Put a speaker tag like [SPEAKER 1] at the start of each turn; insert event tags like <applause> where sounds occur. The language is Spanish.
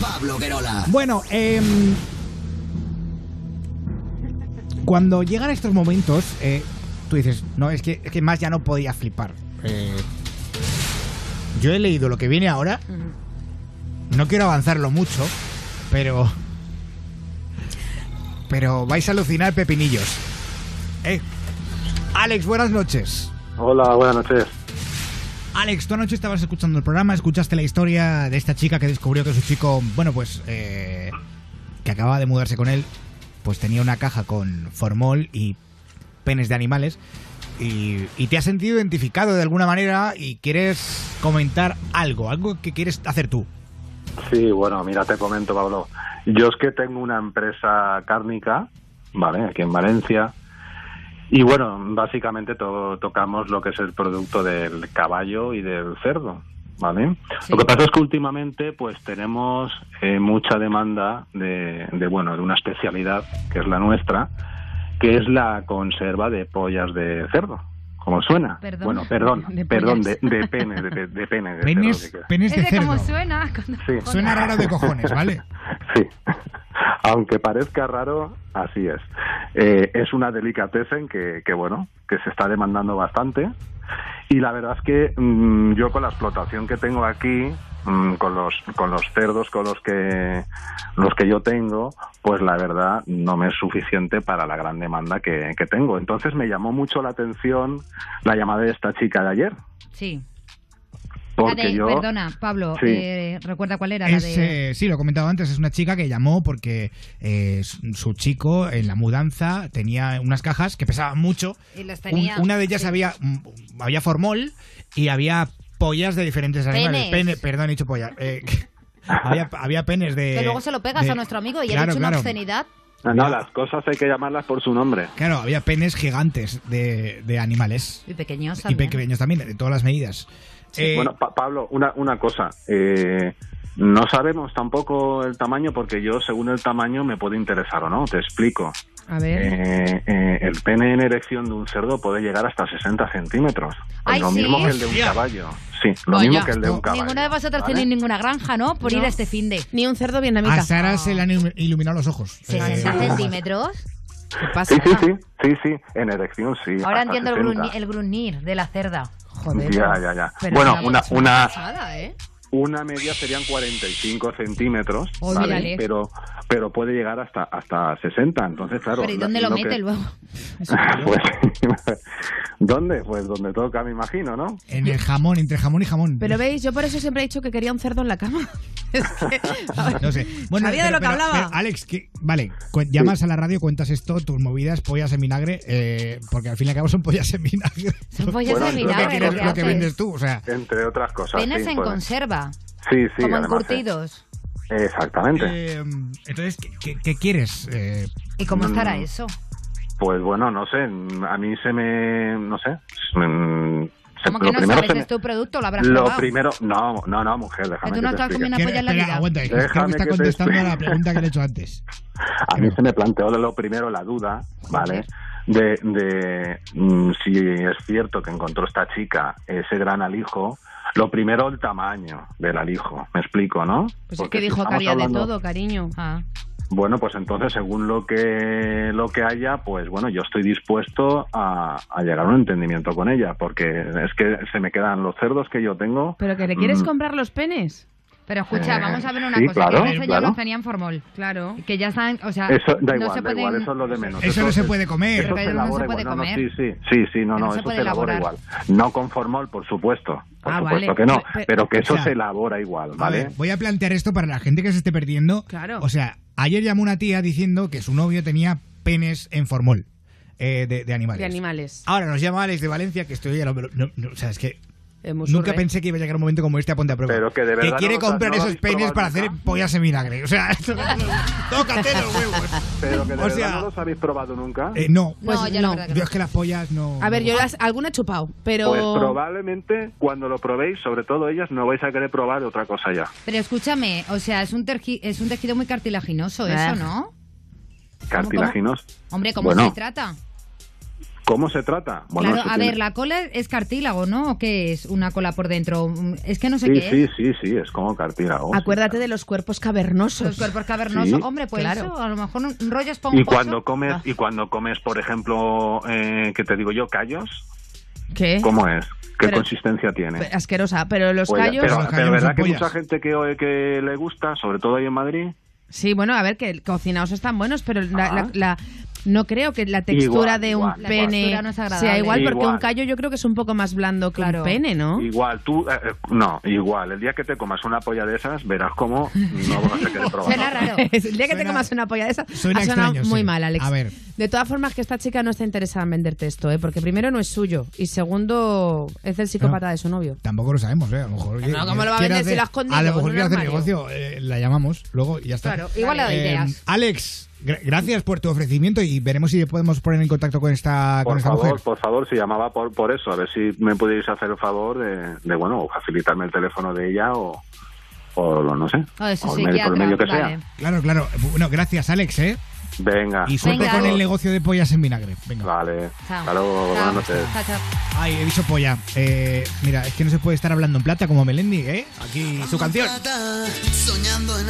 [SPEAKER 1] Pablo Querola.
[SPEAKER 2] Bueno, em, cuando llegan estos momentos, eh, tú dices, no, es que, es que más ya no podía flipar. Eh, yo he leído lo que viene ahora. No quiero avanzarlo mucho, pero. Pero vais a alucinar pepinillos. Eh, Alex, buenas noches.
[SPEAKER 3] Hola, buenas noches.
[SPEAKER 2] Alex, tú anoche estabas escuchando el programa, escuchaste la historia de esta chica que descubrió que su chico, bueno, pues, eh, que acababa de mudarse con él, pues tenía una caja con formol y penes de animales. Y, y te has sentido identificado de alguna manera y quieres comentar algo, algo que quieres hacer tú.
[SPEAKER 3] Sí, bueno, mira, te comento, Pablo. Yo es que tengo una empresa cárnica, ¿vale? Aquí en Valencia. Y bueno, básicamente to- tocamos lo que es el producto del caballo y del cerdo, ¿vale?
[SPEAKER 4] Sí.
[SPEAKER 3] Lo que pasa es que últimamente pues tenemos eh, mucha demanda de, de, bueno, de una especialidad que es la nuestra, que es la conserva de pollas de cerdo. Como suena.
[SPEAKER 4] Perdón.
[SPEAKER 3] Bueno, perdón,
[SPEAKER 4] <laughs> De
[SPEAKER 3] perdón, de,
[SPEAKER 4] pollas.
[SPEAKER 3] de penes, de, pe- de penes. de cerdo,
[SPEAKER 2] Penes,
[SPEAKER 3] que queda.
[SPEAKER 2] penes
[SPEAKER 4] Es
[SPEAKER 2] de
[SPEAKER 5] <laughs>
[SPEAKER 4] de cómo
[SPEAKER 2] cerdo.
[SPEAKER 4] suena. cuando-
[SPEAKER 3] Sí.
[SPEAKER 4] cuando-
[SPEAKER 2] Suena raro de cojones, ¿vale?
[SPEAKER 3] <laughs> Sí. Aunque parezca raro, así es. Eh, es una delicatessen que, que, bueno, que se está demandando bastante. Y la verdad es que mm, yo con la explotación que tengo aquí, mm, con los con los cerdos con los que los que yo tengo, pues la verdad no me es suficiente para la gran demanda que, que tengo. Entonces me llamó mucho la atención la llamada de esta chica de ayer,
[SPEAKER 4] Sí. La
[SPEAKER 3] porque
[SPEAKER 4] de-
[SPEAKER 3] yo
[SPEAKER 4] Perdona, Pablo,
[SPEAKER 3] Sí.
[SPEAKER 4] eh, recuerda cuál era la
[SPEAKER 2] Es,
[SPEAKER 4] de...
[SPEAKER 2] eh, sí, lo he comentado antes, es una chica que llamó porque eh, su su chico en la mudanza tenía unas cajas que pesaban mucho.
[SPEAKER 4] Y las
[SPEAKER 2] Un-
[SPEAKER 4] tenía-
[SPEAKER 2] una de ellas
[SPEAKER 4] sí.
[SPEAKER 2] había, mm, había formol y había pollas de diferentes animales.
[SPEAKER 6] Penes.
[SPEAKER 2] Pene- perdón, he dicho pollas. Eh, <laughs> que- había, había penes de...
[SPEAKER 6] Que luego se lo pegas
[SPEAKER 2] de-
[SPEAKER 6] a nuestro amigo y
[SPEAKER 2] Claro,
[SPEAKER 6] ha dicho una
[SPEAKER 2] claro.
[SPEAKER 6] obscenidad.
[SPEAKER 3] Ah, no, las cosas hay que llamarlas por su nombre.
[SPEAKER 2] Claro, había penes gigantes de, de animales.
[SPEAKER 6] Y pequeños
[SPEAKER 2] Y
[SPEAKER 6] pues, también.
[SPEAKER 2] pequeños también, de todas las medidas. Eh,
[SPEAKER 3] Bueno, Pa- Pablo, una, una cosa. eh, no sabemos tampoco el tamaño porque yo, según el tamaño, me puede interesar o no. Te explico.
[SPEAKER 4] A ver.
[SPEAKER 3] Eh, eh, el pene en erección de un cerdo puede llegar hasta 60 centímetros. Pues
[SPEAKER 6] Ay,
[SPEAKER 3] lo
[SPEAKER 6] ¿sí? Pues
[SPEAKER 3] mismo que el de un
[SPEAKER 2] Hostia.
[SPEAKER 3] caballo. Sí, lo
[SPEAKER 5] Vaya.
[SPEAKER 3] mismo que el de un caballo.
[SPEAKER 6] Ninguna de vosotras
[SPEAKER 3] ¿vale?
[SPEAKER 6] tenéis ninguna granja, ¿no? Por ir
[SPEAKER 5] No.
[SPEAKER 6] a este fin de.
[SPEAKER 5] Ni un cerdo
[SPEAKER 2] a
[SPEAKER 5] vietnamita.
[SPEAKER 2] Sara se le han ilu- iluminado los ojos. Eh,
[SPEAKER 6] 60 centímetros.
[SPEAKER 5] ¿Qué
[SPEAKER 3] Sí,
[SPEAKER 5] pasa?
[SPEAKER 3] sí, sí, sí, sí, en erección sí.
[SPEAKER 6] Ahora
[SPEAKER 3] hasta
[SPEAKER 6] entiendo el,
[SPEAKER 3] 60.
[SPEAKER 6] gruñi- el gruñir de la cerda.
[SPEAKER 5] Joder.
[SPEAKER 3] Ya, ya, ya.
[SPEAKER 6] Pero
[SPEAKER 3] bueno,
[SPEAKER 6] vamos,
[SPEAKER 3] una,
[SPEAKER 6] es
[SPEAKER 3] una,
[SPEAKER 5] Pasada, ¿eh?
[SPEAKER 3] una media serían 45 centímetros,
[SPEAKER 4] Oh,
[SPEAKER 3] ¿vale?
[SPEAKER 4] mírale.
[SPEAKER 3] pero pero puede llegar hasta hasta 60, entonces claro.
[SPEAKER 6] Pero ¿y dónde lo mete
[SPEAKER 3] <laughs> que-
[SPEAKER 6] luego?
[SPEAKER 3] Pues, ¿Dónde? Pues donde toca, me imagino, ¿no?
[SPEAKER 2] En el jamón, entre jamón y jamón.
[SPEAKER 5] Pero veis, yo por eso siempre he dicho que quería un cerdo en la cama. <laughs> es que, a
[SPEAKER 2] <laughs>
[SPEAKER 5] ver,
[SPEAKER 2] No sé. Bueno,
[SPEAKER 5] Sabía de
[SPEAKER 2] pero-
[SPEAKER 5] lo que
[SPEAKER 2] pero- ah,
[SPEAKER 5] hablaba.
[SPEAKER 2] pero, Alex, que- vale, cu- llamas a la radio, cuentas esto, tus movidas, pollas en vinagre, eh, porque al fin y al cabo son pollas en vinagre.
[SPEAKER 6] Son pollas
[SPEAKER 3] Bueno,
[SPEAKER 6] de
[SPEAKER 2] Lo
[SPEAKER 3] es lo que
[SPEAKER 2] que,
[SPEAKER 6] vinagre.
[SPEAKER 3] quieres,
[SPEAKER 2] quieres-
[SPEAKER 6] ¿qué
[SPEAKER 2] lo que
[SPEAKER 6] haces?
[SPEAKER 2] vendes tú, o sea.
[SPEAKER 3] Entre otras cosas.
[SPEAKER 6] Penes
[SPEAKER 3] sí,
[SPEAKER 6] en
[SPEAKER 3] pues,
[SPEAKER 6] conserva,
[SPEAKER 3] Sí, sí,
[SPEAKER 6] como
[SPEAKER 3] además,
[SPEAKER 6] encurtidos.
[SPEAKER 3] eh, Exactamente.
[SPEAKER 2] eh, entonces, ¿qué, qué- qué quieres? Eh,
[SPEAKER 6] ¿Y cómo
[SPEAKER 3] No, no,
[SPEAKER 6] estará
[SPEAKER 3] no.
[SPEAKER 6] eso?
[SPEAKER 3] Pues bueno, no sé, a mí se me... no sé. mm, se-
[SPEAKER 6] Como que
[SPEAKER 3] lo
[SPEAKER 6] no
[SPEAKER 3] primero
[SPEAKER 6] sabes,
[SPEAKER 3] se me-
[SPEAKER 6] es tu producto, lo habrás
[SPEAKER 3] Lo
[SPEAKER 6] probado.
[SPEAKER 3] primero... No, no, no, mujer, déjame
[SPEAKER 6] tú
[SPEAKER 3] que
[SPEAKER 6] no
[SPEAKER 3] te
[SPEAKER 6] estás
[SPEAKER 3] explique.
[SPEAKER 6] comiendo- Una
[SPEAKER 2] ¿qué-
[SPEAKER 6] polla en la
[SPEAKER 2] espera,
[SPEAKER 6] vida.
[SPEAKER 2] aguanta, es que creo
[SPEAKER 3] Déjame
[SPEAKER 2] que está
[SPEAKER 3] que te
[SPEAKER 2] contestando a la
[SPEAKER 3] explique.
[SPEAKER 2] pregunta que le he hecho antes.
[SPEAKER 3] A mí se me planteó lo primero la duda, ¿vale? De, de, mm, si es cierto que encontró esta chica ese gran alijo. Lo primero, el tamaño del alijo. Me explico, ¿no?
[SPEAKER 5] Pues es
[SPEAKER 3] Porque
[SPEAKER 5] que
[SPEAKER 3] si
[SPEAKER 5] dijo que
[SPEAKER 3] estamos
[SPEAKER 5] había de
[SPEAKER 3] hablando-
[SPEAKER 5] todo, cariño.
[SPEAKER 6] Ah,
[SPEAKER 3] Bueno, pues entonces, según lo que, lo que haya, pues bueno, yo estoy dispuesto a, a llegar a un entendimiento con ella, porque es que se me quedan los cerdos que yo tengo.
[SPEAKER 5] Pero que le quieres
[SPEAKER 3] Mm,
[SPEAKER 5] comprar los penes.
[SPEAKER 4] Pero escucha,
[SPEAKER 3] Eh,
[SPEAKER 4] vamos a ver una
[SPEAKER 3] sí,
[SPEAKER 4] cosa.
[SPEAKER 3] claro,
[SPEAKER 4] que ese señor
[SPEAKER 3] claro.
[SPEAKER 4] los tenía en formol.
[SPEAKER 5] Claro.
[SPEAKER 4] Que ya están, o sea...
[SPEAKER 3] Eso da
[SPEAKER 4] Ah, no
[SPEAKER 3] igual,
[SPEAKER 4] se
[SPEAKER 3] da
[SPEAKER 4] pueden-
[SPEAKER 3] igual, eso es lo de menos.
[SPEAKER 2] Eso no se puede comer.
[SPEAKER 3] Eso
[SPEAKER 4] Pero
[SPEAKER 3] se
[SPEAKER 4] no se
[SPEAKER 3] elabora
[SPEAKER 4] puede
[SPEAKER 3] igual. No, no,
[SPEAKER 4] comer.
[SPEAKER 3] sí, sí, sí, sí, no,
[SPEAKER 4] Pero
[SPEAKER 3] no,
[SPEAKER 4] no se
[SPEAKER 3] eso
[SPEAKER 4] puede
[SPEAKER 3] se elabora
[SPEAKER 4] elaborar.
[SPEAKER 3] igual. No con formol, por supuesto. Por
[SPEAKER 5] Ah,
[SPEAKER 3] supuesto
[SPEAKER 5] vale.
[SPEAKER 3] que no,
[SPEAKER 5] Pe-
[SPEAKER 3] pero que eso
[SPEAKER 2] o sea,
[SPEAKER 3] se elabora igual,
[SPEAKER 2] A
[SPEAKER 3] <laughs> ¿vale?
[SPEAKER 2] ver, voy a plantear esto para la gente que se esté perdiendo.
[SPEAKER 5] Claro.
[SPEAKER 2] O sea, ayer llamó una tía diciendo que su novio tenía penes en formol eh, de, de animales.
[SPEAKER 5] De animales.
[SPEAKER 2] Ahora nos llama Alex de Valencia, que estoy ya lo- no- no, o sea, es que
[SPEAKER 5] Eh, muy
[SPEAKER 2] nunca
[SPEAKER 5] surre.
[SPEAKER 2] pensé que iba a llegar un momento como este a ponte a prueba.
[SPEAKER 3] Pero que de verdad
[SPEAKER 2] quiere
[SPEAKER 3] no lo-
[SPEAKER 2] comprar
[SPEAKER 3] no lo
[SPEAKER 2] esos
[SPEAKER 3] habéis
[SPEAKER 2] penes
[SPEAKER 3] probado
[SPEAKER 2] para hacer
[SPEAKER 3] nunca.
[SPEAKER 2] pollas en vinagre. O sea, <laughs> esto- tócate los huevos.
[SPEAKER 3] Pero que de
[SPEAKER 2] O
[SPEAKER 3] verdad
[SPEAKER 2] sea-
[SPEAKER 3] no los habéis probado nunca.
[SPEAKER 2] Eh, no.
[SPEAKER 6] No,
[SPEAKER 5] Pues
[SPEAKER 6] ya la
[SPEAKER 5] no.
[SPEAKER 6] verdad que
[SPEAKER 2] Yo
[SPEAKER 6] no.
[SPEAKER 2] es que las pollas no.
[SPEAKER 5] A ver, yo las, alguna he chupado, pero...
[SPEAKER 3] Pues probablemente cuando lo probéis, sobre todo ellas, no vais a querer probar otra cosa ya.
[SPEAKER 4] Pero escúchame, o sea, es un, tergi- es un tejido muy cartilaginoso eso,
[SPEAKER 5] Ah.
[SPEAKER 4] ¿no?
[SPEAKER 3] Cartilaginos.
[SPEAKER 4] Hombre, ¿cómo
[SPEAKER 3] Bueno.
[SPEAKER 4] se trata?
[SPEAKER 3] ¿Cómo se trata?
[SPEAKER 4] claro,
[SPEAKER 3] se
[SPEAKER 4] a
[SPEAKER 3] tiene-
[SPEAKER 4] ver, la cola es cartílago, ¿no? ¿O qué es una cola por dentro? Mm, Es que no sé
[SPEAKER 3] Sí,
[SPEAKER 4] qué
[SPEAKER 3] sí,
[SPEAKER 4] es.
[SPEAKER 3] sí, sí, es como cartílago. sí,
[SPEAKER 5] Acuérdate de los cuerpos cavernosos.
[SPEAKER 4] Los cuerpos cavernosos.
[SPEAKER 3] Sí.
[SPEAKER 4] Hombre, pues
[SPEAKER 5] Claro.
[SPEAKER 4] eso, a lo mejor un rollo esponjoso.
[SPEAKER 3] Y cuando comes,
[SPEAKER 5] Ah.
[SPEAKER 3] y cuando comes, por ejemplo, eh, que te digo yo, callos,
[SPEAKER 5] ¿Qué?
[SPEAKER 3] ¿cómo es? ¿Qué
[SPEAKER 5] Pero-
[SPEAKER 3] consistencia tiene?
[SPEAKER 5] Pe- Asquerosa, pero los
[SPEAKER 3] Oiga,
[SPEAKER 5] callos...
[SPEAKER 3] pero,
[SPEAKER 2] Los
[SPEAKER 3] pero
[SPEAKER 2] callos
[SPEAKER 3] verdad
[SPEAKER 2] son
[SPEAKER 3] que
[SPEAKER 2] pollas.
[SPEAKER 3] mucha gente que, que le gusta, sobre todo ahí en Madrid.
[SPEAKER 5] Sí, bueno, a ver, que el- cocinados están buenos, pero la,
[SPEAKER 3] Ah.
[SPEAKER 5] la- la- no creo que la textura
[SPEAKER 3] Igual,
[SPEAKER 5] de
[SPEAKER 3] igual,
[SPEAKER 5] un
[SPEAKER 3] igual.
[SPEAKER 4] La
[SPEAKER 5] pene
[SPEAKER 4] textura no es agradable.
[SPEAKER 5] sea igual, porque
[SPEAKER 3] Igual.
[SPEAKER 5] un callo yo creo que es un poco más blando que
[SPEAKER 4] Claro.
[SPEAKER 5] un pene, ¿no?
[SPEAKER 3] Igual, tú, eh, eh, no, igual. El día que te comas una polla de esas, verás cómo no vas a querer probar.
[SPEAKER 4] Suena raro.
[SPEAKER 5] el día que
[SPEAKER 2] <laughs>
[SPEAKER 5] te
[SPEAKER 2] Suena-
[SPEAKER 5] comas una polla de esa,
[SPEAKER 2] suena
[SPEAKER 5] ha sonado
[SPEAKER 2] extraño,
[SPEAKER 5] muy
[SPEAKER 2] sí.
[SPEAKER 5] mal, Alex.
[SPEAKER 2] A ver.
[SPEAKER 5] De todas formas, que esta chica no está interesada en venderte esto, ¿eh? porque primero no es suyo y segundo es del psicópata
[SPEAKER 2] Bueno.
[SPEAKER 5] de su novio.
[SPEAKER 2] Tampoco lo sabemos, ¿eh? A lo mejor. oye,
[SPEAKER 5] Ah, ¿cómo lo va a
[SPEAKER 2] quiere
[SPEAKER 5] vender si
[SPEAKER 2] hacer-
[SPEAKER 5] lo ha escondido Pues
[SPEAKER 2] A lo
[SPEAKER 5] en
[SPEAKER 2] mejor
[SPEAKER 5] un
[SPEAKER 2] quiere hacer
[SPEAKER 5] armario?
[SPEAKER 2] negocio. eh, la llamamos luego y ya está.
[SPEAKER 4] Claro, igual le doy
[SPEAKER 2] Eh,
[SPEAKER 4] ideas.
[SPEAKER 2] Alex, gra- gracias por tu ofrecimiento y veremos si le podemos poner en contacto con esta, con
[SPEAKER 3] Por
[SPEAKER 2] esta
[SPEAKER 3] favor,
[SPEAKER 2] mujer.
[SPEAKER 3] por favor, se llamaba por, por eso, a ver si me pudierais hacer el favor de, de, bueno, o facilitarme el teléfono de ella o, o lo- no sé,
[SPEAKER 4] O de su
[SPEAKER 3] o el medio, por el medio que
[SPEAKER 4] psiquiatra,
[SPEAKER 3] sea.
[SPEAKER 4] vale.
[SPEAKER 2] Claro, claro. Bueno, gracias, Alex, ¿eh?
[SPEAKER 3] Venga.
[SPEAKER 2] Y suerte
[SPEAKER 4] Venga.
[SPEAKER 2] con el negocio de pollas en vinagre. Venga.
[SPEAKER 3] Vale.
[SPEAKER 4] Chao.
[SPEAKER 3] Hasta luego,
[SPEAKER 4] Chao.
[SPEAKER 3] buenas noches.
[SPEAKER 4] Chao, chao.
[SPEAKER 2] Ay, he dicho polla. Eh, mira, es que no se puede estar hablando en plata como Melendi, ¿eh? Aquí su canción.
[SPEAKER 1] Plata, Soñando en